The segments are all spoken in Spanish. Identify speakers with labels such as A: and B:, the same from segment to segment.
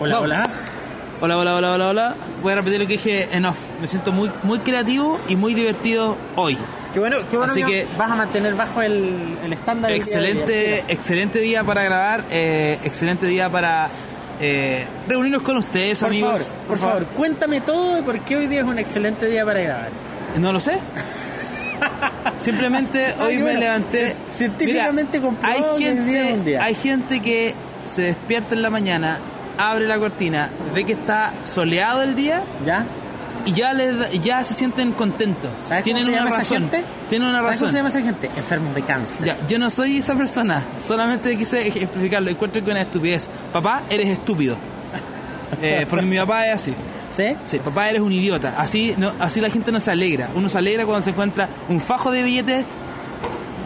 A: Hola,
B: Vamos.
A: hola.
B: Hola, hola, hola, hola, hola. Voy a repetir lo que dije en off. Me siento muy, muy creativo y muy divertido hoy.
A: Qué bueno, qué bueno
B: Así
A: que,
B: que-
A: vas a mantener bajo el, el estándar. el día de hoy,
B: Excelente,
A: al tiro.
B: excelente día para grabar, eh, excelente día para eh, reunirnos con ustedes,
A: Por
B: amigos.
A: favor, por favor, cuéntame todo de por qué hoy día es un excelente día para grabar.
B: No lo sé. Simplemente
A: Ay,
B: hoy me
A: bueno,
B: levanté.
A: cien- científicamente
B: hay
A: comprobado que hoy día es
B: gente,
A: un día.
B: hay gente que se despierta en la mañana, abre la cortina, ve que está soleado el día
A: ¿Ya?
B: y ya les, da- ya se sienten contentos.
A: ¿Sabes
B: Tienen
A: cómo se
B: una
A: llama esa
B: razón.
A: gente?
B: Tienen una
A: ¿Sabes
B: razón.
A: cómo se llama esa gente? Enfermos de cáncer.
B: Ya, yo no soy esa persona, solamente quise explicarlo. Encuentro que es una estupidez. Papá, eres estúpido. Eh, porque mi papá es así.
A: ¿Sí?
B: Sí, papá, eres un idiota. Así, no, así la gente no se alegra. Uno se alegra cuando se encuentra un fajo de billetes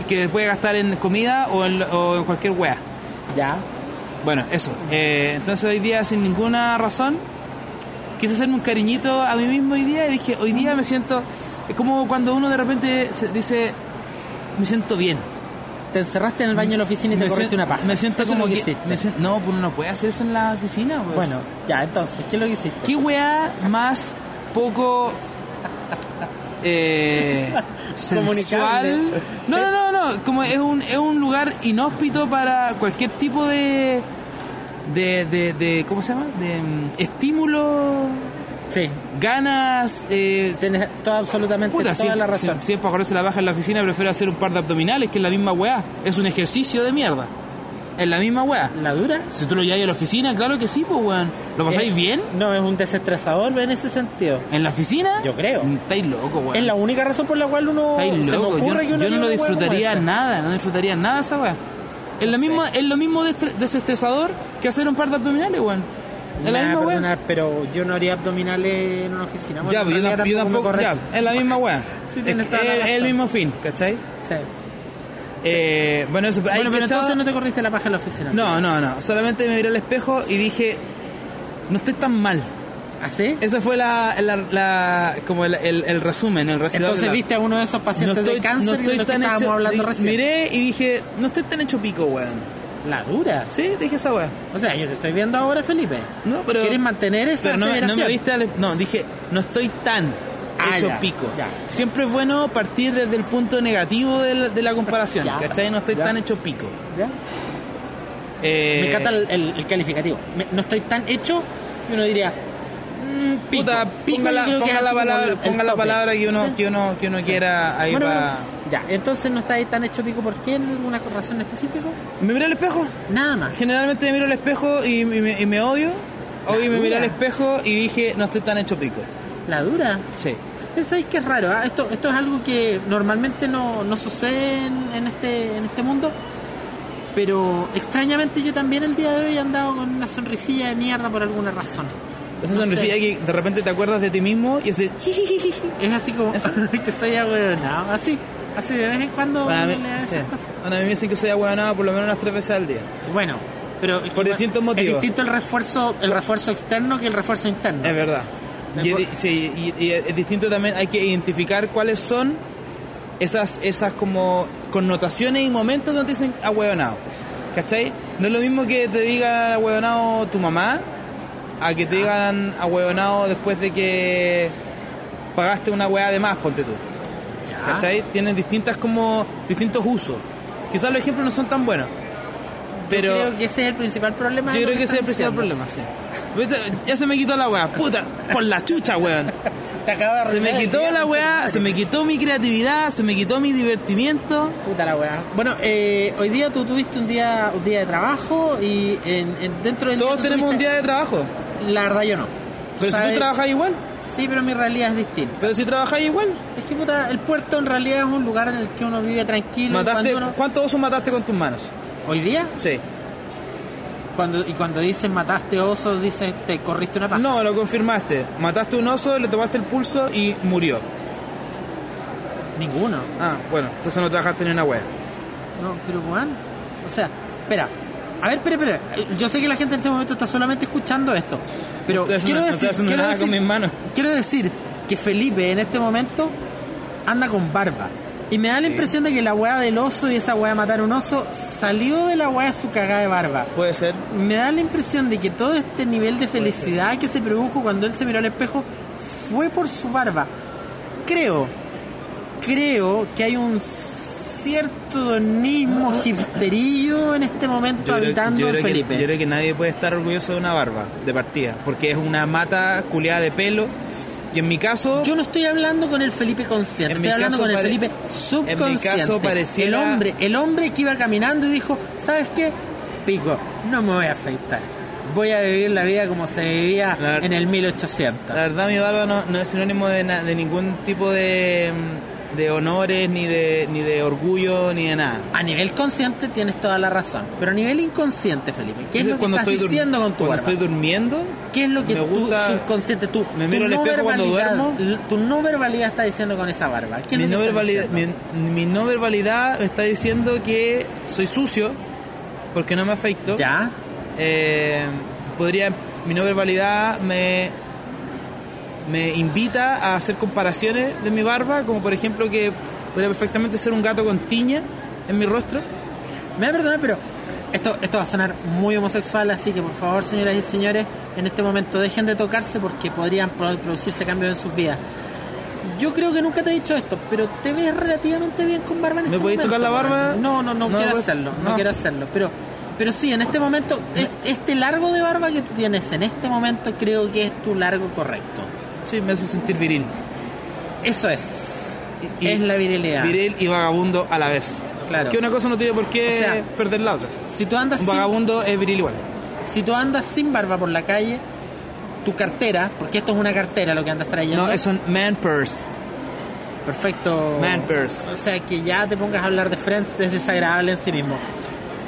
B: que puede gastar en comida o en, o en cualquier wea.
A: Ya.
B: Bueno, eso. Eh, entonces hoy día, sin ninguna razón, quise hacerme un cariñito a mí mismo hoy día y dije, hoy día me siento... Es como cuando uno de repente se dice, me siento bien.
A: Te encerraste en el baño de la oficina y te corriste
B: sien-
A: una paja.
B: me siento
A: Eso es
B: como
A: lo
B: que...
A: que hiciste.
B: me sien- no, pues uno no puede hacer eso en la oficina. pues.
A: Bueno, ya, entonces, ¿qué es lo que hiciste?
B: ¿Qué weá más poco eh, sensual?
A: Comunicable.
B: No,
A: Sí.
B: no, no, no. Como es un, es un lugar inhóspito para cualquier tipo de. de, de, de- ¿Cómo se llama? De mm, estímulo,
A: Sí,
B: ganas. Eh,
A: tienes toda, absolutamente
B: puta,
A: toda
B: si-
A: la razón.
B: Si, si es para correrse la baja en la oficina, prefiero hacer un par de abdominales, que es la misma weá. Es un ejercicio de mierda. Es la misma weá.
A: ¿La dura?
B: Si tú lo llevas a la oficina, claro que sí, pues weón. ¿Lo pasáis
A: Eh,
B: bien?
A: No, es un desestresador en ese sentido.
B: ¿En la oficina? Mm,
A: Yo creo.
B: Estáis loco, weón.
A: Es la única razón por la cual uno
B: Estáis
A: se me
B: loco. Yo,
A: ocurre que uno
B: yo
A: haría
B: no lo
A: una hueá como
B: disfrutaría
A: esa.
B: nada, no disfrutaría nada esa weá. Es, la
A: No sé.
B: misma- es lo mismo destre- desestresador que hacer un par de abdominales, weón. Es la
A: Me van a
B: misma weá.
A: perdonar, pero yo no haría abdominales en una oficina. Bueno,
B: ya,
A: en
B: pues yo,
A: realidad
B: tam- yo
A: tampoco
B: tampoco.
A: me
B: Ya,
A: corrige.
B: es la misma weá.
A: Sí,
B: es,
A: tienes toda la
B: es- es el
A: razón.
B: mismo fin, ¿cachai?
A: Sí.
B: Eh, bueno, eso, pero, hay
A: Bueno, pero
B: cachado-
A: entonces no te corriste la paja en la oficina.
B: No, no, no. Solamente me miré al espejo y dije, no estoy tan mal.
A: ¿Así?
B: Esa fue la, la, la- como el, el- el resumen, el resumen.
A: Entonces viste a uno de esos pacientes de cáncer
B: no
A: de los que estábamos
B: hecho-
A: hablando
B: di-
A: recién.
B: Miré y dije, no estoy tan hecho pico, weón.
A: La dura.
B: Sí, dije esa weón.
A: O sea, yo te estoy viendo ahora, Felipe.
B: No, pero.
A: ¿Quieres mantener esa
B: Pero no, me- no me
A: aceleración?
B: viste al- No, dije, no estoy tan
A: Ah,
B: hecho
A: ya,
B: pico.
A: ya.
B: Siempre es bueno partir desde el punto negativo de la, de la comparación,
A: Ya,
B: ¿cachai? No estoy
A: ya.
B: tan hecho pico.
A: ¿Ya?
B: Eh,
A: Me encanta el, el- el calificativo. Me- no estoy tan hecho que uno diría. mm, pico.
B: Puta,
A: Pico
B: ponga la,
A: yo creo que
B: ponga
A: es
B: la
A: así como
B: palabra,
A: el- el
B: ponga la
A: tope.
B: palabra que uno,
A: Sí.
B: que uno, que uno
A: Sí.
B: quiera ahí
A: Bueno,
B: va.
A: bueno, ya, entonces no estáis tan hecho pico por qué, alguna razón específica?
B: ¿Me miré al espejo?
A: Nada más.
B: Generalmente me miro al espejo y, y me, y me odio. Hoy me
A: Nah,
B: miré al
A: mira.
B: espejo y dije, no estoy tan hecho pico.
A: La dura.
B: Sí.
A: Pensáis que es raro, ah? esto, esto es algo que normalmente no, no sucede en, en este, en este mundo, pero extrañamente yo también el día de hoy he andado con una sonrisilla de mierda por alguna razón.
B: Esa
A: No
B: sonrisilla
A: sé.
B: que de repente te acuerdas de ti mismo y ese...
A: Es así como
B: ¿Eso?
A: que soy agüeonado, así, así de vez en cuando
B: Bueno, a mí,
A: uno le da
B: sí.
A: esas cosas.
B: Bueno, a mí me dicen que soy aguanado por lo menos unas tres veces al día.
A: Bueno, pero es que
B: Por
A: igual-
B: distintos motivos.
A: Es distinto el refuerzo, el refuerzo externo que el refuerzo interno.
B: Es verdad.
A: Sí,
B: Y, es
A: por-
B: di- sí, y- y es distinto también, hay que identificar cuáles son esas, esas como connotaciones y momentos donde dicen ahueonado. ¿Cachai? No es lo mismo que te diga ahueonado tu mamá, a que te digan ahueonado después de que pagaste una hueá de más, ponte tú.
A: Ya.
B: ¿Cachai? Tienen distintas como, distintos usos. Quizás los ejemplos no son tan buenos. Pero...
A: Yo creo que ese es el principal problema.
B: Yo
A: de lo
B: creo que ese es el
A: estás
B: principal
A: diciendo.
B: problema, sí. Viste, Ya se me quitó la weá, puta, por la chucha, weón.
A: Te acabo de
B: Se
A: arruinar
B: me
A: el
B: quitó
A: día,
B: la weá,
A: conchetumare.
B: se me quitó mi creatividad, se me quitó mi divertimiento.
A: Puta la weá. Bueno, eh, hoy día tú tuviste un día un día de trabajo y en, en- dentro del
B: Todos
A: tú
B: tenemos un
A: tuviste-
B: día de trabajo.
A: La verdad yo no.
B: Pero si tú
A: sabes-
B: trabajas igual,
A: Sí, pero mi realidad es distinta.
B: pero si trabajas igual,
A: Es que puta, el puerto en realidad es un lugar en el que uno vive tranquilo. y
B: mataste,
A: cuando uno-
B: ¿cuántos osos mataste con tus manos?
A: Hoy día,
B: Sí.
A: cuando y cuando dicen mataste osos, dices te corriste una paja.
B: No, lo confirmaste. Mataste un oso, le tomaste el pulso y murió.
A: Ninguno.
B: Ah, bueno, entonces no trabajaste ni una weá.
A: No, pero Juan, o sea, espera. A ver, espera, espera. Yo sé que la gente en este momento está solamente escuchando esto, pero
B: Estoy haciendo-
A: quiero
B: no
A: decir,
B: estoy haciendo
A: quiero
B: nada con
A: decir-
B: mis manos.
A: quiero decir que Felipe en este momento anda con barba. Y me da la
B: Sí.
A: impresión de que la weá del oso y esa weá de matar un oso salió de la weá de su cagada de barba.
B: Puede ser.
A: Me da la impresión de que todo este nivel de felicidad que se produjo cuando él se miró al espejo fue por su barba. Creo, creo que hay un cierto donismo hipsterillo en este momento
B: Ah. Yo creo-
A: habitando
B: yo creo
A: en
B: que-
A: Felipe.
B: yo creo que nadie puede estar orgulloso de una barba de partida, porque es una mata culeada de pelo. Y en mi caso,
A: Yo no estoy hablando con el Felipe consciente,
B: En
A: estoy
B: mi
A: hablando
B: caso
A: con el
B: pare-
A: Felipe
B: en mi
A: subconsciente.
B: caso
A: El
B: pareciera-
A: hombre, el hombre que iba caminando y dijo, ¿sabes qué? Pico, no me voy a afeitar. Voy a vivir la vida como se vivía
B: La-
A: en el 1800.
B: la verdad, mi barba no, no es sinónimo de, na- de ningún tipo de, mm, de honores, ni de, ni de orgullo, ni de nada.
A: A nivel consciente tienes toda la razón, pero a nivel inconsciente, Felipe, ¿qué es lo que
B: cuando
A: estás
B: estoy dur-
A: diciendo con tu
B: cuando
A: barba?
B: estoy durmiendo,
A: ¿Qué es lo que
B: me
A: tu
B: gusta-
A: subconsciente, tú,
B: me miro al espejo cuando duermo.
A: tu no verbalidad está diciendo con esa barba? ¿Qué es
B: mi
A: lo
B: no,
A: que estás
B: verbalidad, mi,
A: diciendo?
B: mi no verbalidad me está diciendo que soy sucio porque no me afeito.
A: ¿Ya?
B: Eh, podría, mi no verbalidad me, me invita a hacer comparaciones de mi barba, como por ejemplo que podría perfectamente ser un gato con tiña en mi rostro.
A: Me van a perdonar, pero esto, esto va a sonar muy homosexual, así que por favor, señoras y señores, en este momento dejen de tocarse porque podrían pro- producirse cambios en sus vidas. Yo creo que nunca te he dicho esto, pero te ves relativamente bien con barba en
B: ¿Me
A: este
B: podéis
A: momento.
B: tocar la barba?
A: weón. No, no, no,
B: No,
A: quiero
B: weón,
A: hacerlo, no.
B: no.
A: quiero hacerlo. Pero, pero sí, en este momento, es- este largo de barba que tú tienes en este momento creo que es tu largo correcto.
B: Sí, me hace sentir viril.
A: Eso es.
B: Y-
A: es la virilidad.
B: Viril y vagabundo a la vez.
A: Claro.
B: Que una cosa no tiene por qué
A: O sea,
B: perder la otra.
A: Si tú andas
B: Un
A: sin
B: vagabundo es viril igual.
A: Si tú andas sin barba por la calle, tu cartera, porque esto es una cartera lo que andas trayendo.
B: No, es un man purse.
A: Perfecto.
B: Man purse.
A: O sea, que ya te pongas a hablar de Friends es desagradable en sí mismo.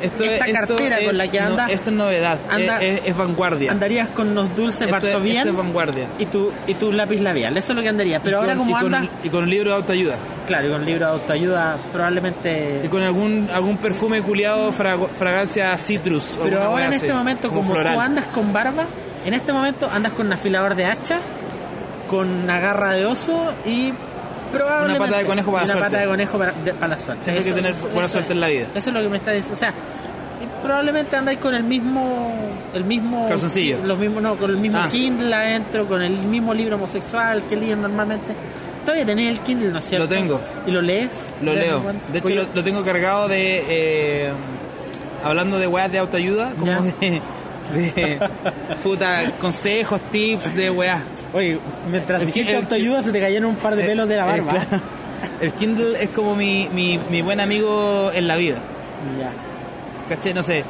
B: Esto,
A: Esta
B: esto
A: cartera con
B: es-
A: la que
B: no,
A: anda-
B: esto es novedad,
A: anda-
B: es, es- es vanguardia.
A: Andarías con unos dulces
B: esto, es- esto
A: Varsovian
B: es vanguardia.
A: y tu, y tu lápiz labial. Eso es lo que andaría. Pero
B: Y
A: ahora
B: con-
A: como
B: y con-
A: andas...
B: y con un libro de autoayuda.
A: Claro, y con libro de autoayuda probablemente...
B: Y con algún algún perfume culiado frago- fragancia citrus. o
A: Pero
B: alguna
A: ahora en
B: weá
A: este
B: así,
A: momento, como,
B: floral.
A: tú andas con barba, en este momento andas con un afilador de hacha, con una garra de oso y probablemente
B: Una pata de conejo para la
A: una
B: suerte.
A: pata de conejo para, de- para la suerte.
B: Tienes que tener buena suerte en la vida.
A: Eso es lo que me está diciendo. O sea, y probablemente andáis con el mismo, el mismo
B: Calzoncillo.
A: los mismos, no, con el mismo
B: Ah.
A: Kindle adentro, con el mismo libro homosexual que lees normalmente. Todavía tenés el Kindle, ¿no es cierto?
B: Lo tengo.
A: ¿Y lo lees?
B: Lo
A: ¿De vez en
B: leo.
A: cuando?
B: De hecho,
A: Pues
B: lo,
A: yo-
B: lo tengo cargado de. eh, hablando de weas de autoayuda, como
A: Ya.
B: de. de, puta, consejos, tips de weas.
A: Oye, mientras
B: El-
A: dijiste
B: el-
A: autoayuda se te cayeron un par de pelos de la
B: Eh,
A: barba.
B: claro. El Kindle es como mi, mi, mi buen amigo en la vida.
A: Ya.
B: ¿Caché? No sé.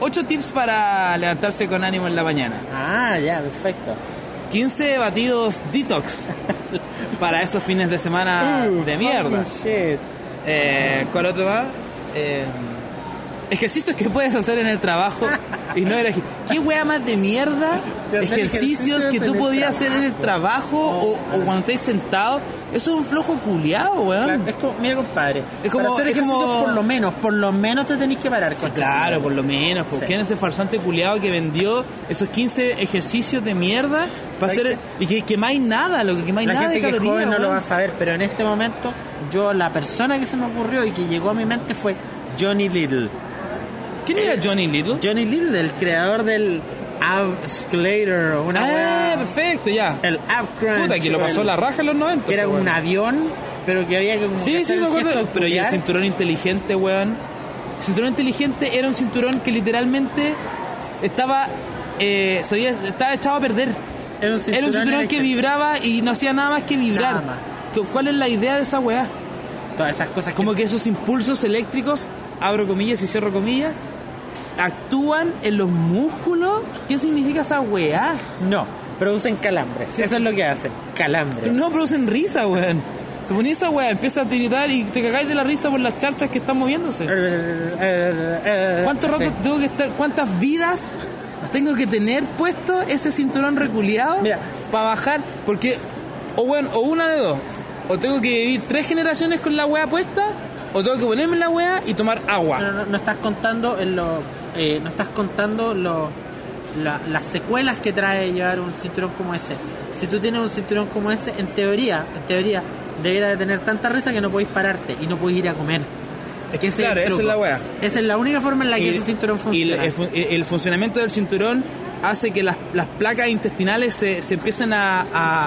B: Ocho tips para levantarse con ánimo en la mañana.
A: Ah, ya, perfecto.
B: 15 batidos detox para esos fines de semana
A: Uh,
B: Ah, de mierda.
A: fucking shit.
B: Eh, ¿Cuál otro va? Eh, ejercicios que puedes hacer en el trabajo y no era ¿Qué wea más de mierda?
A: Que hacer
B: Ejercicios que
A: ejercicios
B: tú
A: en el
B: podías hacer en el trabajo o, o cuando estés sentado. Eso es un flojo
A: Claro,
B: culiado, weón.
A: es como, mira, compadre.
B: Ah. Es como-
A: para hacer
B: es como-
A: ejercicios, por lo menos, por lo menos te tenés que parar.
B: Sí,
A: con
B: claro, por lo menos. porque
A: Sí.
B: quién es ese farsante culiado que vendió esos 15 ejercicios de mierda para
A: Hay
B: hacer. Y que quemáis nada, lo que quemáis
A: La
B: nada
A: gente
B: de
A: que es
B: calorías,
A: joven no lo
B: weón.
A: va a saber, pero en este momento, yo, la persona que se me ocurrió y que llegó a mi mente fue Johnny Little.
B: ¿Quién
A: Eh,
B: era Johnny Little?
A: Johnny Little, el creador del Avscalator, o una
B: ah,
A: weá-
B: perfecto, ya.
A: El Avcrunch.
B: Puta, que lo
A: o
B: pasó
A: el-
B: la raja en los 90.
A: Que era
B: ese
A: como un
B: weón.
A: avión, pero que había que como que
B: Sí, sí,
A: hacer
B: me
A: el
B: acuerdo.
A: gesto
B: Pero ya el
A: peculiar.
B: cinturón inteligente, weón. El cinturón inteligente era un cinturón que literalmente estaba. Eh, se había- estaba echado a perder.
A: Era un
B: era un cinturón que
A: eléctrico.
B: vibraba y no hacía nada más que vibrar.
A: Nada más.
B: ¿Cu- ¿Cuál es la idea de esa weá?
A: Todas esas cosas
B: Como que esos impulsos eléctricos, abro comillas y cierro comillas, actúan en los músculos. ¿Qué significa esa weá?
A: No, producen calambres. Eso es lo que hacen, calambres.
B: No producen risa, weón. Te pones esa weá, empiezas a tiritar y te cagáis de la risa por las charchas que están
A: Eh,
B: moviéndose. ¿Cuánto rato
A: Sí.
B: tengo que estar? ¿Cuántas vidas tengo que tener puesto ese cinturón reculeado
A: Mira.
B: para bajar? Porque, o bueno, o una de dos. O tengo que vivir tres generaciones con la weá puesta, o tengo que ponerme la weá y tomar agua.
A: No, no, no estás contando en lo, eh, no estás contando lo- la- las secuelas que trae llevar un cinturón como ese. Si tú tienes un cinturón como ese, en teoría, en teoría, debiera de tener tanta risa que no podéis pararte y no podéis ir a comer.
B: Es
A: Que
B: que,
A: ese es el
B: claro, esa es
A: truco.
B: la weá.
A: Esa es la única forma en la que ese cinturón
B: y
A: funciona.
B: el, fu- el- el funcionamiento del cinturón hace que las, las placas intestinales se, se empiecen a, a-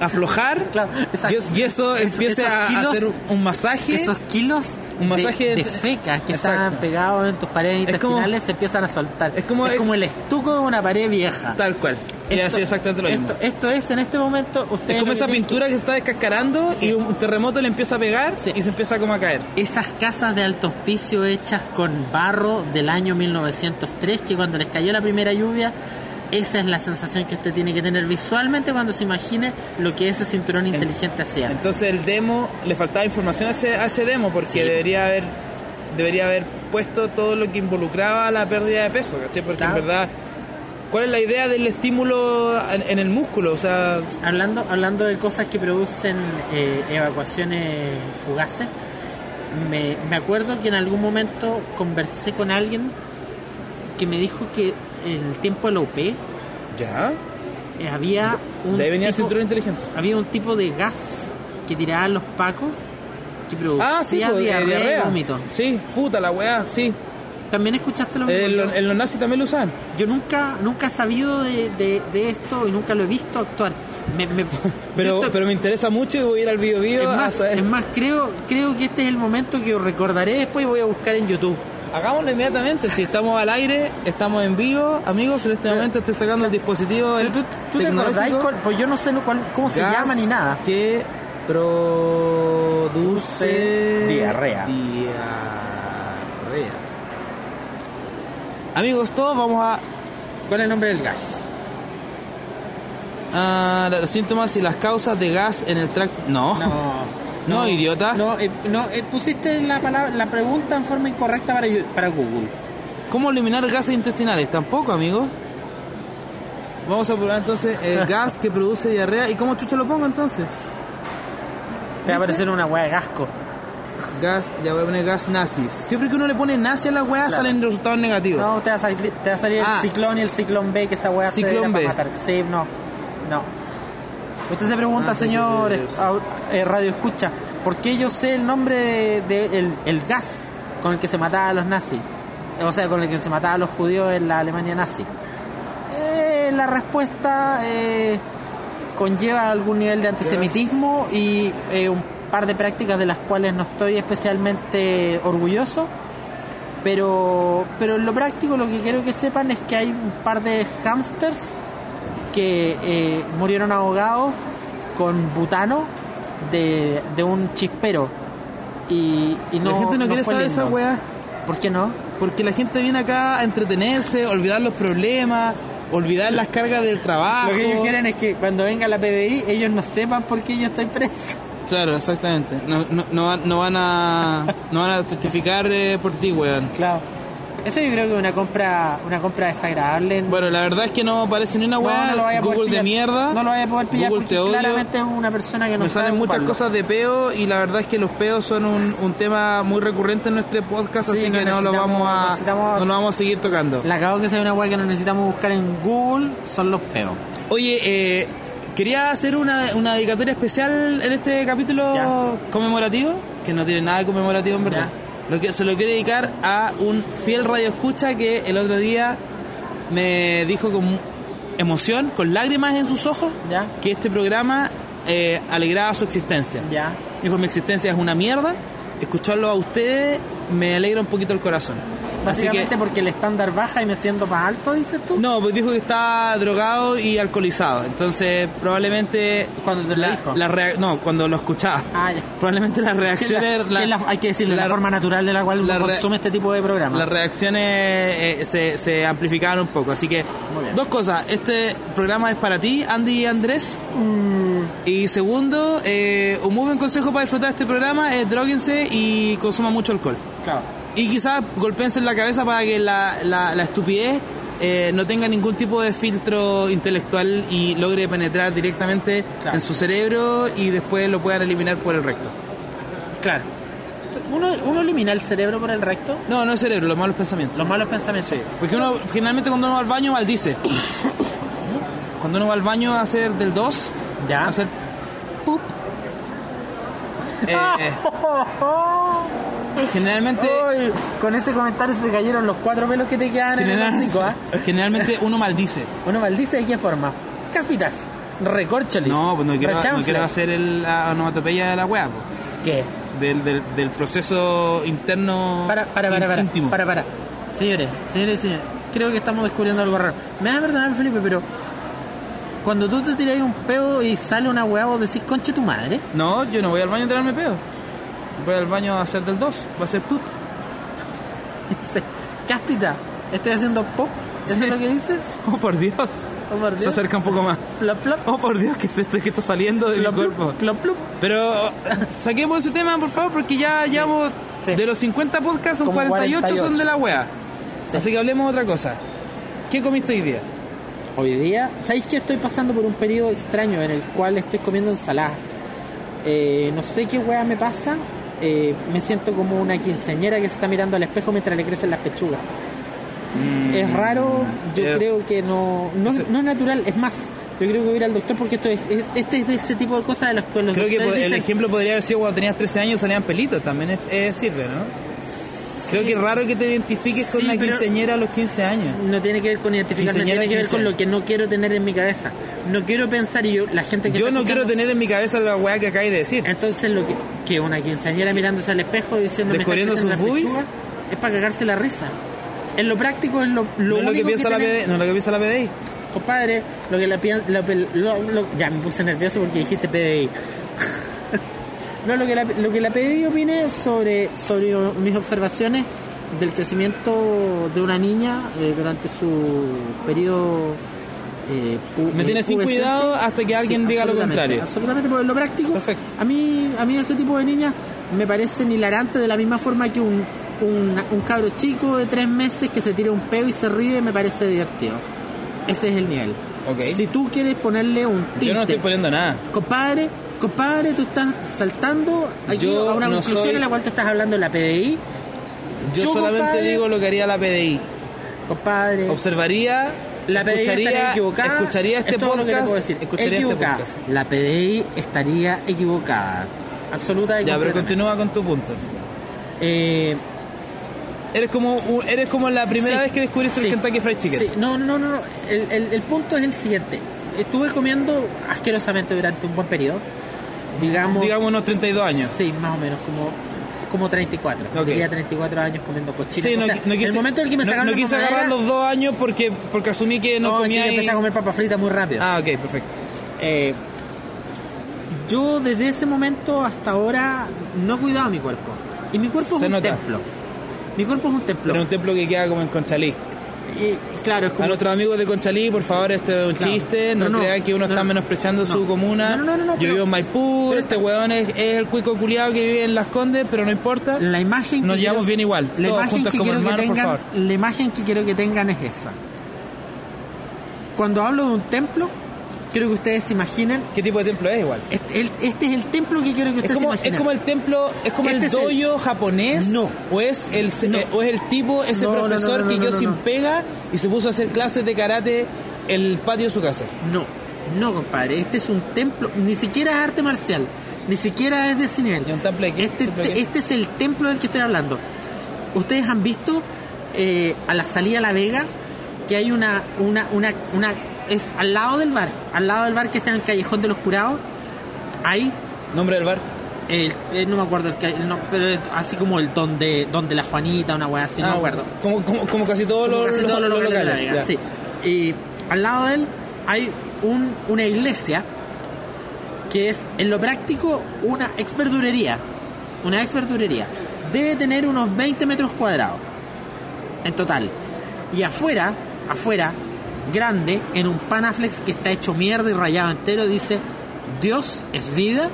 B: a aflojar
A: Claro,
B: y,
A: exacto.
B: es- y eso
A: Esos-
B: empieza
A: esos
B: a- a
A: kilos-
B: hacer un masaje.
A: Esos kilos
B: Un
A: de-
B: masaje
A: de,
B: de-
A: fecas que están
B: Exacto.
A: pegados en tus paredes
B: Es como-
A: intestinales se empiezan a soltar.
B: es como- es-
A: el estuco de una pared vieja.
B: Tal cual. Y
A: Esto-
B: así exactamente lo mismo.
A: Esto, esto es en este momento usted
B: es como esa pintura que se está descascarando
A: Sí.
B: y un terremoto le empieza a pegar
A: Sí.
B: y se empieza como a caer.
A: esas casas de alto hospicio hechas con barro del año 1903 que cuando les cayó la primera lluvia esa es la sensación que usted tiene que tener visualmente cuando se imagine lo que ese cinturón inteligente hacía.
B: Entonces el demo, le faltaba información a ese, a ese demo porque
A: Sí.
B: debería haber debería haber puesto todo lo que involucraba la pérdida de peso, ¿cachai? Porque
A: Claro.
B: en verdad, ¿cuál es la idea del estímulo en, en el músculo? O sea,
A: Hablando, hablando de cosas que producen eh, evacuaciones fugaces, me, me acuerdo que en algún momento conversé con alguien que me dijo que en el tiempo de la UP eh,
B: ya.
A: había un
B: De ahí venía el
A: tipo-
B: cinturón inteligente.
A: había un tipo de gas que tiraban los pacos que producía
B: Ah, sí, pues, eh,
A: diarrea,
B: diarrea.
A: y vómito.
B: Sí, puta la weá, sí.
A: También escuchaste lo mismo.
B: Eh,
A: yo,
B: lo- en los nazis también lo usaban.
A: yo nunca nunca he sabido de, de- de esto y nunca lo he visto actuar. Me- me- yo
B: Pero,
A: esto-
B: pero me interesa mucho y voy a ir al video
A: es
B: video a
A: más,
B: saber.
A: es más, creo creo que este es el momento que os recordaré después y voy a buscar en YouTube.
B: Hagámoslo inmediatamente, si estamos al aire, estamos en vivo, amigos, en este momento estoy sacando el dispositivo del
A: ¿Tú, tú te
B: tecnológico
A: acordás cuál- Pues yo no sé lo cuál- cómo se
B: gas
A: llama ni nada.
B: Que produce
A: Diarrea.
B: Diarrea. Amigos, todos vamos a,
A: ¿Cuál es el nombre del gas?
B: a los síntomas y las causas de gas en el tracto. No. No, idiota.
A: No, eh, no eh, pusiste la palabra, la pregunta en forma incorrecta para, yo- para Google.
B: ¿Cómo eliminar gases intestinales? Tampoco, amigos. Vamos a probar entonces el gas que produce diarrea. ¿Y cómo chucha lo pongo entonces?
A: Te va a parecer una hueá de gasco.
B: Gas, ya voy a poner gas nazi. Siempre que uno le pone nazi a la weá,
A: Claro.
B: salen resultados negativos.
A: No, te va a salir, te va a salir el
B: Ah.
A: ciclón y el ciclón B, que esa weá se
B: Ciclón
A: era para
B: B.
A: matar. Sí, no, no. Usted se pregunta,
B: Ah, sí,
A: señores,
B: sí, sí, sí.
A: au- eh, radio escucha, ¿por qué yo sé el nombre del de, el- el gas con el que se mataba a los nazis? O sea, con el que se mataba a los judíos en la Alemania nazi. Eh, la respuesta eh, conlleva algún nivel de antisemitismo y eh, un par de prácticas de las cuales no estoy especialmente orgulloso. Pero, pero en lo práctico lo que quiero que sepan es que hay un par de hamsters que eh, murieron ahogados con butano de, de un chispero. Y, y no,
B: la gente no, quiere
A: fue
B: saber
A: lindo.
B: esa weá.
A: ¿Por qué no?
B: Porque la gente viene acá a entretenerse, olvidar los problemas, olvidar las cargas del trabajo.
A: Lo que ellos quieren es que cuando venga la PDI ellos no sepan por qué yo estoy preso.
B: Claro, exactamente. No, no, no, van- no van a no van a testificar eh, por ti, weón.
A: Claro. Eso yo creo que es una compra, una compra desagradable. en-
B: Bueno, la verdad es que no aparece ni una
A: No,
B: weá.
A: no lo vaya a poder
B: Google de
A: pillar.
B: mierda.
A: No lo vaya a poder pillar
B: Google
A: porque
B: te odia.
A: claramente es una persona que no
B: Me
A: sabe
B: salen muchas
A: ocuparlo.
B: cosas de peo y la verdad es que los peos son un, un tema muy recurrente en nuestro podcast,
A: Sí,
B: así
A: no
B: que no lo
A: necesitamos-
B: vamos a
A: necesitamos-
B: no lo vamos a seguir tocando.
A: La cagó que sea una weá que no necesitamos buscar en Google son los peos.
B: Oye, eh, quería hacer una, una dedicatoria especial en este capítulo
A: Ya.
B: conmemorativo, que no tiene nada de conmemorativo en verdad. Lo que, se lo quiero dedicar a un fiel radio escucha que el otro día me dijo con mu- emoción, con lágrimas en sus ojos,
A: Ya.
B: que este programa eh, alegraba su existencia.
A: Ya.
B: Dijo, mi existencia es una mierda, escucharlo a ustedes me alegra un poquito el corazón. Así que,
A: Básicamente porque el estándar baja y me siento más alto, dices tú.
B: no, pues dijo que está drogado y alcoholizado. Entonces, probablemente.
A: Cuando te lo
B: la-
A: dijo.
B: la rea- no, cuando lo escuchaba.
A: Ah, ya.
B: Probablemente las
A: Que la-
B: reacciones. la-
A: que la- hay que decirlo, la,
B: la-
A: forma natural de la cual
B: la
A: uno
B: re-
A: consume este tipo de programas.
B: Las reacciones eh, se, se amplificaban un poco. Así que,
A: Muy bien.
B: dos cosas. Este programa es para ti, Andy y Andrés.
A: Mm,
B: Y segundo, eh, un muy buen consejo para disfrutar este programa es droguense y consuman mucho alcohol.
A: Claro.
B: Y quizás golpeense en la cabeza para que la, la, la estupidez eh, no tenga ningún tipo de filtro intelectual y logre penetrar directamente
A: Claro.
B: en su cerebro y después lo puedan eliminar por el recto.
A: Claro. Uno, uno elimina el cerebro por el recto,
B: No, no el cerebro, los malos pensamientos.
A: los malos pensamientos.
B: Porque uno generalmente cuando uno va al baño maldice. cuando uno va al baño a hacer del 2,
A: Ya.
B: a hacer pup, Eh,
A: Ah,
B: generalmente,
A: Ay, con ese comentario se te cayeron los cuatro pelos que te quedan en el
B: general-
A: hocico, ¿ah?
B: generalmente uno maldice.
A: Uno maldice de qué forma. Caspitas, recorcholis.
B: No, pues no quiero, no
A: rechanfle.
B: quiero hacer el, la onomatopeya de la weá, pues,
A: ¿Qué?
B: del, del, del proceso interno
A: Para, para, para,
B: in-
A: para.
B: íntimo.
A: Para, para. Señores, señores, y señores. Creo que estamos descubriendo algo raro. Me vas a perdonar, Felipe, pero. Cuando tú te tiras un peo y sale una hueá, vos decís, conche tu madre.
B: No, yo no voy al baño a tirarme pedo. Voy al baño a hacer del 2, va a ser puto.
A: Dice, Cáspita, estoy haciendo pop. ¿Eso
B: Sí.
A: es lo que dices?
B: Oh, por Dios.
A: Oh, por
B: Se
A: Dios.
B: acerca un poco más.
A: Plop, plop.
B: Oh, por Dios, ¿qué es esto que está saliendo del
A: Plop,
B: cuerpo?
A: plop, plop, plop.
B: Pero saquemos ese tema, por favor, porque ya llevamos
A: sí.
B: de los 50 podcasts, un
A: Como
B: 48, son
A: 48.
B: de la wea.
A: Sí.
B: Así que hablemos de otra cosa. ¿Qué comiste hoy día?
A: Hoy día, ¿sabéis que estoy pasando por un periodo extraño en el cual estoy comiendo ensalada? Eh, no sé qué hueá me pasa. eh, me siento como una quinceañera que se está mirando al espejo mientras le crecen las pechugas.
B: Mm.
A: Es raro, yo
B: Eh,
A: creo que no, no,
B: ese-
A: no es natural. Es más, yo creo que voy a ir al doctor porque esto es, es- este es de ese tipo de cosas de las que los
B: Creo que
A: doctores
B: po- el
A: dicen,
B: ejemplo podría haber sido cuando tenías 13 años salían pelitos, también es- eh, sirve, ¿no? Creo que es raro que te identifiques con
A: Sí,
B: una
A: pero-
B: quinceañera a los 15 años.
A: No tiene que ver con identificarme,
B: Quinceañera,
A: tiene que ver con
B: quinceañera.
A: lo que no quiero tener en mi cabeza. No quiero pensar y yo, la gente que
B: Yo
A: está
B: no quiero
A: escuchando-
B: tener en mi cabeza la weá que acabáis de decir.
A: Entonces lo que, que una quinceañera mirándose al espejo y diciendo "Me está
B: Descubriendo
A: creciendo
B: sus
A: la
B: boobies".
A: pechuga", es para cagarse la risa. En lo práctico es lo,
B: no,
A: lo
B: es lo que
A: único que,
B: piensa la
A: tenemos,
B: PDI, no es lo que piensa la PDI.
A: compadre, lo que la, pi- la pel- lo- lo- ya me puse nervioso porque dijiste PDI. no lo que la, lo que la PDI opine sobre sobre mis observaciones del crecimiento de una niña eh, durante su periodo eh, pu-
B: Me
A: eh,
B: tiene sin
A: pubescente.
B: cuidado hasta que alguien diga lo
A: absolutamente,
B: contrario.
A: Absolutamente, porque en lo práctico,
B: Perfecto.
A: a mí a mí ese tipo de niñas me parecen hilarantes de la misma forma que un, un, un cabro chico de tres meses que se tira un peo y se ríe me parece divertido. Ese es el nivel.
B: Ok.
A: Si tú quieres ponerle un tinte,
B: Yo no estoy poniendo nada.
A: compadre, compadre, tú estás saltando aquí
B: Yo
A: a una
B: no
A: conclusión
B: soy-
A: en la cual tú estás hablando de la PDI,
B: Yo,
A: Yo,
B: solamente
A: compadre-
B: digo lo que haría la PDI.
A: compadre.
B: Observaría,
A: La PDI
B: escucharía,
A: estaría equivocada.
B: escucharía este
A: es todo lo que te
B: podcast.
A: puedo decir.
B: Escucharía
A: Equivocada.
B: este podcast.
A: La PDI estaría equivocada. Absoluta y
B: Ya, pero
A: completamente.
B: continúa con tu punto.
A: Eh,
B: Eres como, un- eres como la primera
A: Sí.
B: vez que descubriste
A: Sí.
B: el Kentucky Fried Chicken.
A: Sí, no, no, no, no. El, el- el punto es el siguiente. Estuve comiendo asquerosamente durante un buen periodo. Digamos,
B: Digamos unos 32 años.
A: Sí, más o menos, como, como 34.
B: Ok.
A: Diría 34 años comiendo cochino.
B: Sí,
A: O sea, en el momento en el que me
B: no-
A: sacaron
B: no
A: la
B: quise
A: mamadera,
B: agarrar los dos años porque, porque asumí que no,
A: no, es que yo
B: comía y-
A: empecé a comer papas fritas muy rápido.
B: Ah, ok, perfecto.
A: Eh, yo desde ese momento hasta ahora no he cuidado mi cuerpo. Y mi cuerpo es
B: Se
A: un
B: nota.
A: templo. Mi cuerpo es un templo.
B: Pero un templo que queda como en Conchalí.
A: Y, claro, es
B: A
A: como
B: nuestros amigos de Conchalí, por favor, esto es un
A: Claro.
B: chiste. No,
A: No, no,
B: crean que uno
A: no, no.
B: está menospreciando su
A: No.
B: comuna.
A: No, no, no, no,
B: Yo
A: pero-
B: vivo en Maipú,
A: pero
B: este
A: está-
B: weón es, es el cuico culiado que vive en Las Condes, pero no importa.
A: la imagen
B: Nos
A: que
B: llevamos bien igual,
A: la
B: todos
A: imagen
B: juntos
A: que
B: como
A: quiero que
B: hermanos, por
A: tengan
B: favor.
A: la imagen que quiero que tengan es esa cuando hablo de un templo quiero que ustedes se imaginen
B: ¿Qué tipo de templo es igual?
A: este, el- este es el templo que quiero que ustedes
B: Es como,
A: se imaginen
B: es como el templo, es como
A: Este
B: el
A: es el-
B: dojo japonés.
A: No.
B: O es el, se-
A: No.
B: eh, o es el tipo, ese
A: No, no, no,
B: profesor
A: no,
B: que
A: no,
B: quedó
A: no,
B: sin
A: no.
B: pega y se puso a hacer clases de karate en el patio de su casa.
A: no no compadre este es un templo ni siquiera es arte marcial ni siquiera es de ese nivel
B: Y un templo aquí,
A: este,
B: templo aquí.
A: este es el templo del que estoy hablando ustedes han visto eh, a la salida a la Vega que hay una una una una es al lado del bar al lado del bar que está en el callejón de los curados ahí
B: Nombre del bar.
A: el, eh, no me acuerdo el que el no- pero es así como el donde donde la Juanita una weá así no
B: Ah,
A: me acuerdo
B: Como, como, como casi todos
A: Como
B: los,
A: casi
B: los-
A: todos los
B: los
A: locales de la
B: locales,
A: Vega,
B: ya.
A: sí. Y al lado de él hay un, una iglesia que es, en lo práctico, una ex verdurería. Una ex verdurería. Debe tener unos 20 metros cuadrados en total. Y afuera, afuera, grande, en un panaflex que está hecho mierda y rayado entero, dice: Dios es vida.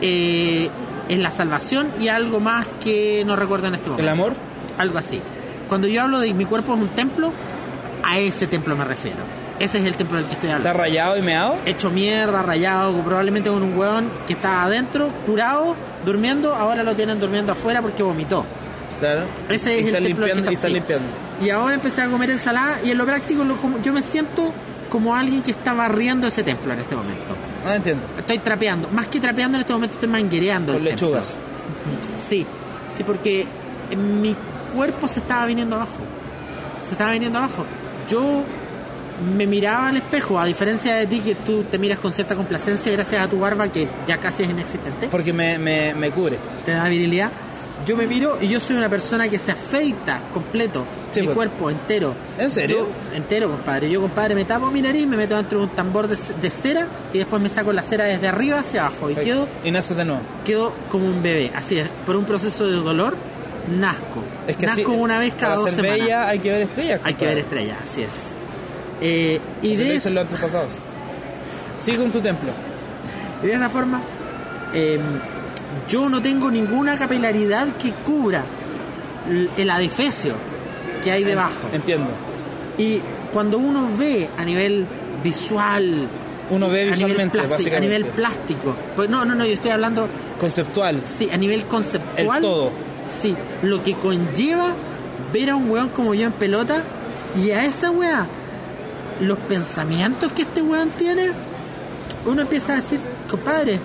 A: eh, es la salvación y algo más que no recuerdo en este momento
B: El amor.
A: algo así. Cuando yo hablo de mi cuerpo es un templo, a ese templo me refiero. Ese es el templo del que estoy
B: Está
A: hablando.
B: rayado y meado.
A: Hecho mierda, rayado, probablemente con un hueón que estaba adentro, curado, durmiendo, ahora lo tienen durmiendo afuera porque vomitó.
B: Claro.
A: Ese es
B: y
A: el
B: está
A: templo
B: limpiando,
A: que
B: y está
A: sí.
B: limpiando.
A: Y ahora empecé a comer ensalada y en lo práctico lo como- yo me siento como alguien que está barriendo ese templo en este momento.
B: No entiendo.
A: Estoy trapeando. Más que trapeando en este momento estoy manguereando.
B: Con
A: el templo.
B: lechugas.
A: Sí, sí, porque mi cuerpo se estaba viniendo abajo. Se estaba viniendo abajo. Yo me miraba al espejo, a diferencia de ti que tú te miras con cierta complacencia gracias a tu barba que ya casi es inexistente.
B: Porque me, me, me cubre.
A: Te da virilidad. Yo me miro y yo soy una persona que se afeita completo,
B: Sí,
A: mi
B: pues.
A: cuerpo entero.
B: ¿En serio?
A: Yo- entero, compadre. Yo, compadre, me tapo mi nariz, me meto dentro de un tambor de, ce- de cera y después me saco la cera desde arriba hacia abajo y quedo
B: Y nace de nuevo.
A: quedo como un bebé. Así es, por un proceso de dolor, nazco.
B: Es que
A: nazco
B: así,
A: una vez cada
B: para
A: dos
B: ser
A: semanas.
B: bella hay que ver estrellas.
A: Hay que ver estrellas, así es. Eh, y,
B: Y
A: de
B: dicen
A: es-
B: los antepasados. Sigue con tu templo.
A: y de esa forma, eh, yo no tengo ninguna capilaridad que cubra l- el adefesio que hay debajo.
B: Entiendo.
A: Y cuando uno ve a nivel visual,
B: Uno ve
A: a nivel,
B: visualmente,
A: plástico, a
B: básicamente.
A: nivel plástico, pues no, no, no, yo estoy hablando
B: Conceptual.
A: Sí, a nivel conceptual.
B: El todo.
A: Sí, lo que conlleva ver a un weón como yo en pelota y a esa weá, los pensamientos que este weón tiene, uno empieza a decir, compadre,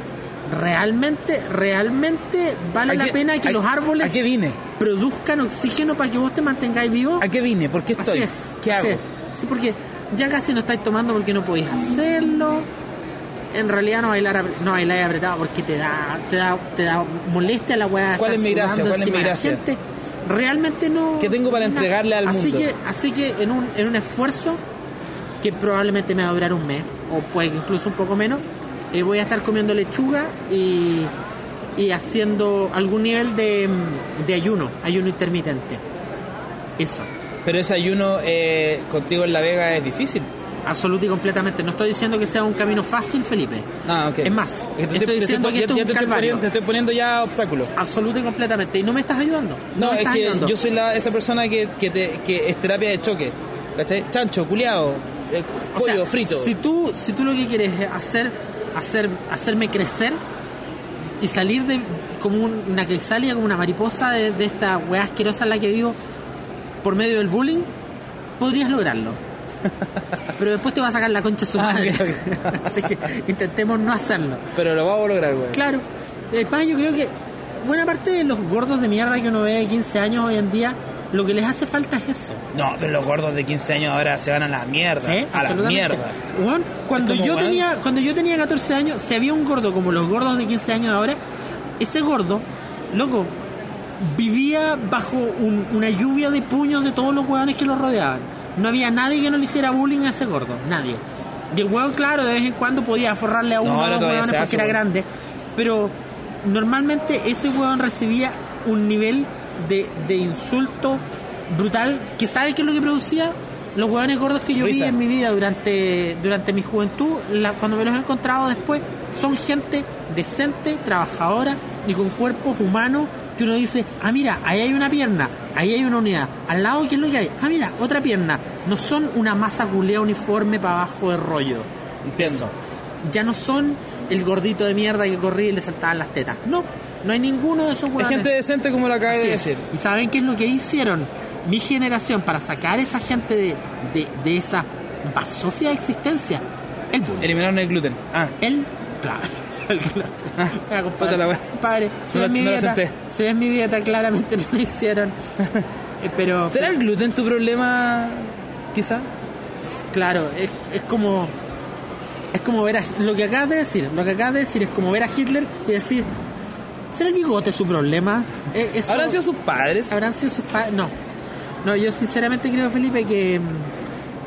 A: realmente, realmente vale
B: Hay
A: la pena que
B: hay-
A: los árboles
B: ¿A qué vine?
A: produzcan oxígeno para que vos te mantengáis vivo.
B: ¿A qué vine? ¿Por qué
A: Así
B: estoy?
A: es.
B: ¿Qué
A: así
B: hago?
A: es. Sí, porque ya casi no estáis tomando porque no podéis hacerlo. En realidad no bailar apre- no bailáis apretado porque te da, te da, te da molestia la weá. de
B: ¿Cuál
A: estar
B: es mi gracia?
A: sudando
B: ¿Cuál es mi
A: encima de la
B: gracia?
A: gente. Realmente no.
B: ¿Qué tengo para
A: na-
B: entregarle al
A: así
B: mundo?
A: Que, así que en un, en un esfuerzo que probablemente me va a durar un mes, o puede que incluso un poco menos, eh, voy a estar comiendo lechuga y, y haciendo algún nivel de, mm, de ayuno, ayuno intermitente. Eso.
B: Pero ese ayuno eh, contigo en La Vega es difícil.
A: Absoluta y completamente. No estoy diciendo que sea un camino fácil, Felipe.
B: Ah, ok.
A: Es más,
B: que
A: estoy diciendo
B: pon-
A: que
B: ya-
A: esto es un
B: ya te, estoy
A: calvario.
B: poniendo, te estoy poniendo ya obstáculos.
A: Absoluta y completamente. Y no me estás ayudando. No,
B: No,
A: me
B: es
A: estás
B: que
A: ayudando.
B: yo soy la, esa persona que, que, te- que es terapia de choque. ¿Cachai? Chancho, culiao, eh,
A: O sea,
B: pollo, frito.
A: Si tú, si tú lo que quieres es hacer, hacer, hacerme crecer y salir de como un- una crisálida, como una mariposa de, de esta weá asquerosa en la que vivo por medio del bullying, podrías lograrlo. Pero después te va a sacar la concha de su
B: Ah,
A: madre.
B: ok, ok.
A: Así que intentemos no hacerlo.
B: Pero lo vamos a lograr, güey.
A: Claro. Además, yo creo que buena parte de los gordos de mierda que uno ve de 15 años hoy en día, lo que les hace falta es eso.
B: No, pero los gordos de 15 años ahora se van a la mierda.
A: Sí,
B: a la
A: absolutamente.
B: mierda.
A: Weón, cuando,
B: como,
A: yo
B: weón.
A: tenía, cuando yo tenía 14 años, si había un gordo como los gordos de 15 años ahora, ese gordo, loco, vivía bajo un- una lluvia de puños de todos los hueones que lo rodeaban. No había nadie que no le hiciera bullying a ese gordo, nadie. Y el hueón, claro, de vez en cuando podía forrarle a
B: No,
A: uno o
B: ahora
A: dos
B: todavía
A: hueones
B: se
A: porque
B: hace,
A: era
B: weón.
A: grande, pero normalmente ese hueón recibía un nivel de, de insulto brutal que sabe que es lo que producía los hueones gordos que yo vi
B: Risa.
A: en mi vida durante, durante mi juventud, la- cuando me los he encontrado después, son gente decente, trabajadora y con cuerpos humanos que uno dice, ah mira, ahí hay una pierna, ahí hay una unidad, al lado qué es lo que hay, ah mira, otra pierna, no son una masa culea uniforme para abajo de rollo,
B: Entiendo.
A: ya no son el gordito de mierda que corría y le saltaban las tetas, no, no hay ninguno de esos
B: Es
A: hueones.
B: gente decente como lo acabé de
A: Así es.
B: decir.
A: ¿Y saben qué es lo que hicieron? Mi generación para sacar a esa gente de, de, de esa basofia de existencia. El bullying.
B: Eliminaron el gluten. Ah,
A: El- claro. El gluten.
B: Ah,
A: Ah, compadre,
B: puta la wea.
A: compadre, si
B: No
A: ves
B: la-
A: mi
B: no la
A: dieta,
B: senté.
A: si ves mi dieta, claramente no la hicieron. Eh, Pero,
B: ¿Será el gluten tu problema? Quizá.
A: claro, es, es como. Es como ver a. Lo que acabas de decir, lo que acabas de decir es como ver a Hitler y decir. ¿Será el bigote su problema? Eh, eso-
B: ¿Habrán sido sus padres?
A: ¿Habrán sido sus padres? No. No, yo sinceramente creo, Felipe, que,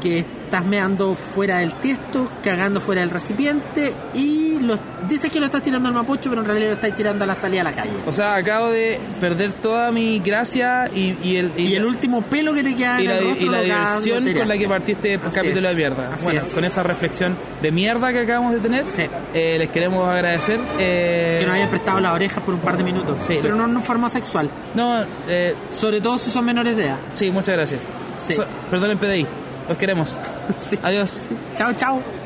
A: que estás meando fuera del tiesto, cagando fuera del recipiente y los, dices que lo estás tirando al mapucho, pero en realidad lo estás tirando a la salida a la calle.
B: O sea, acabo de perder toda mi gracia y, y el,
A: Y el último pelo que te queda
B: y
A: Ah, en
B: la,
A: el
B: di-
A: rostro
B: y la
A: lo cagas
B: diversión
A: donde
B: con la
A: tiraste.
B: que partiste este
A: Así
B: capítulo
A: es,
B: de mierda.
A: así
B: Bueno,
A: es.
B: con esa reflexión de mierda que acabamos de tener,
A: Sí.
B: eh, les queremos agradecer. eh,
A: Que nos hayan prestado las orejas por un par de minutos.
B: Sí,
A: pero
B: lo-
A: no en forma sexual.
B: no, eh,
A: Sobre todo si son menores de edad.
B: sí, muchas gracias.
A: Sí.
B: So- perdonen PDI, los queremos.
A: Sí.
B: Adiós.
A: Chao, chao.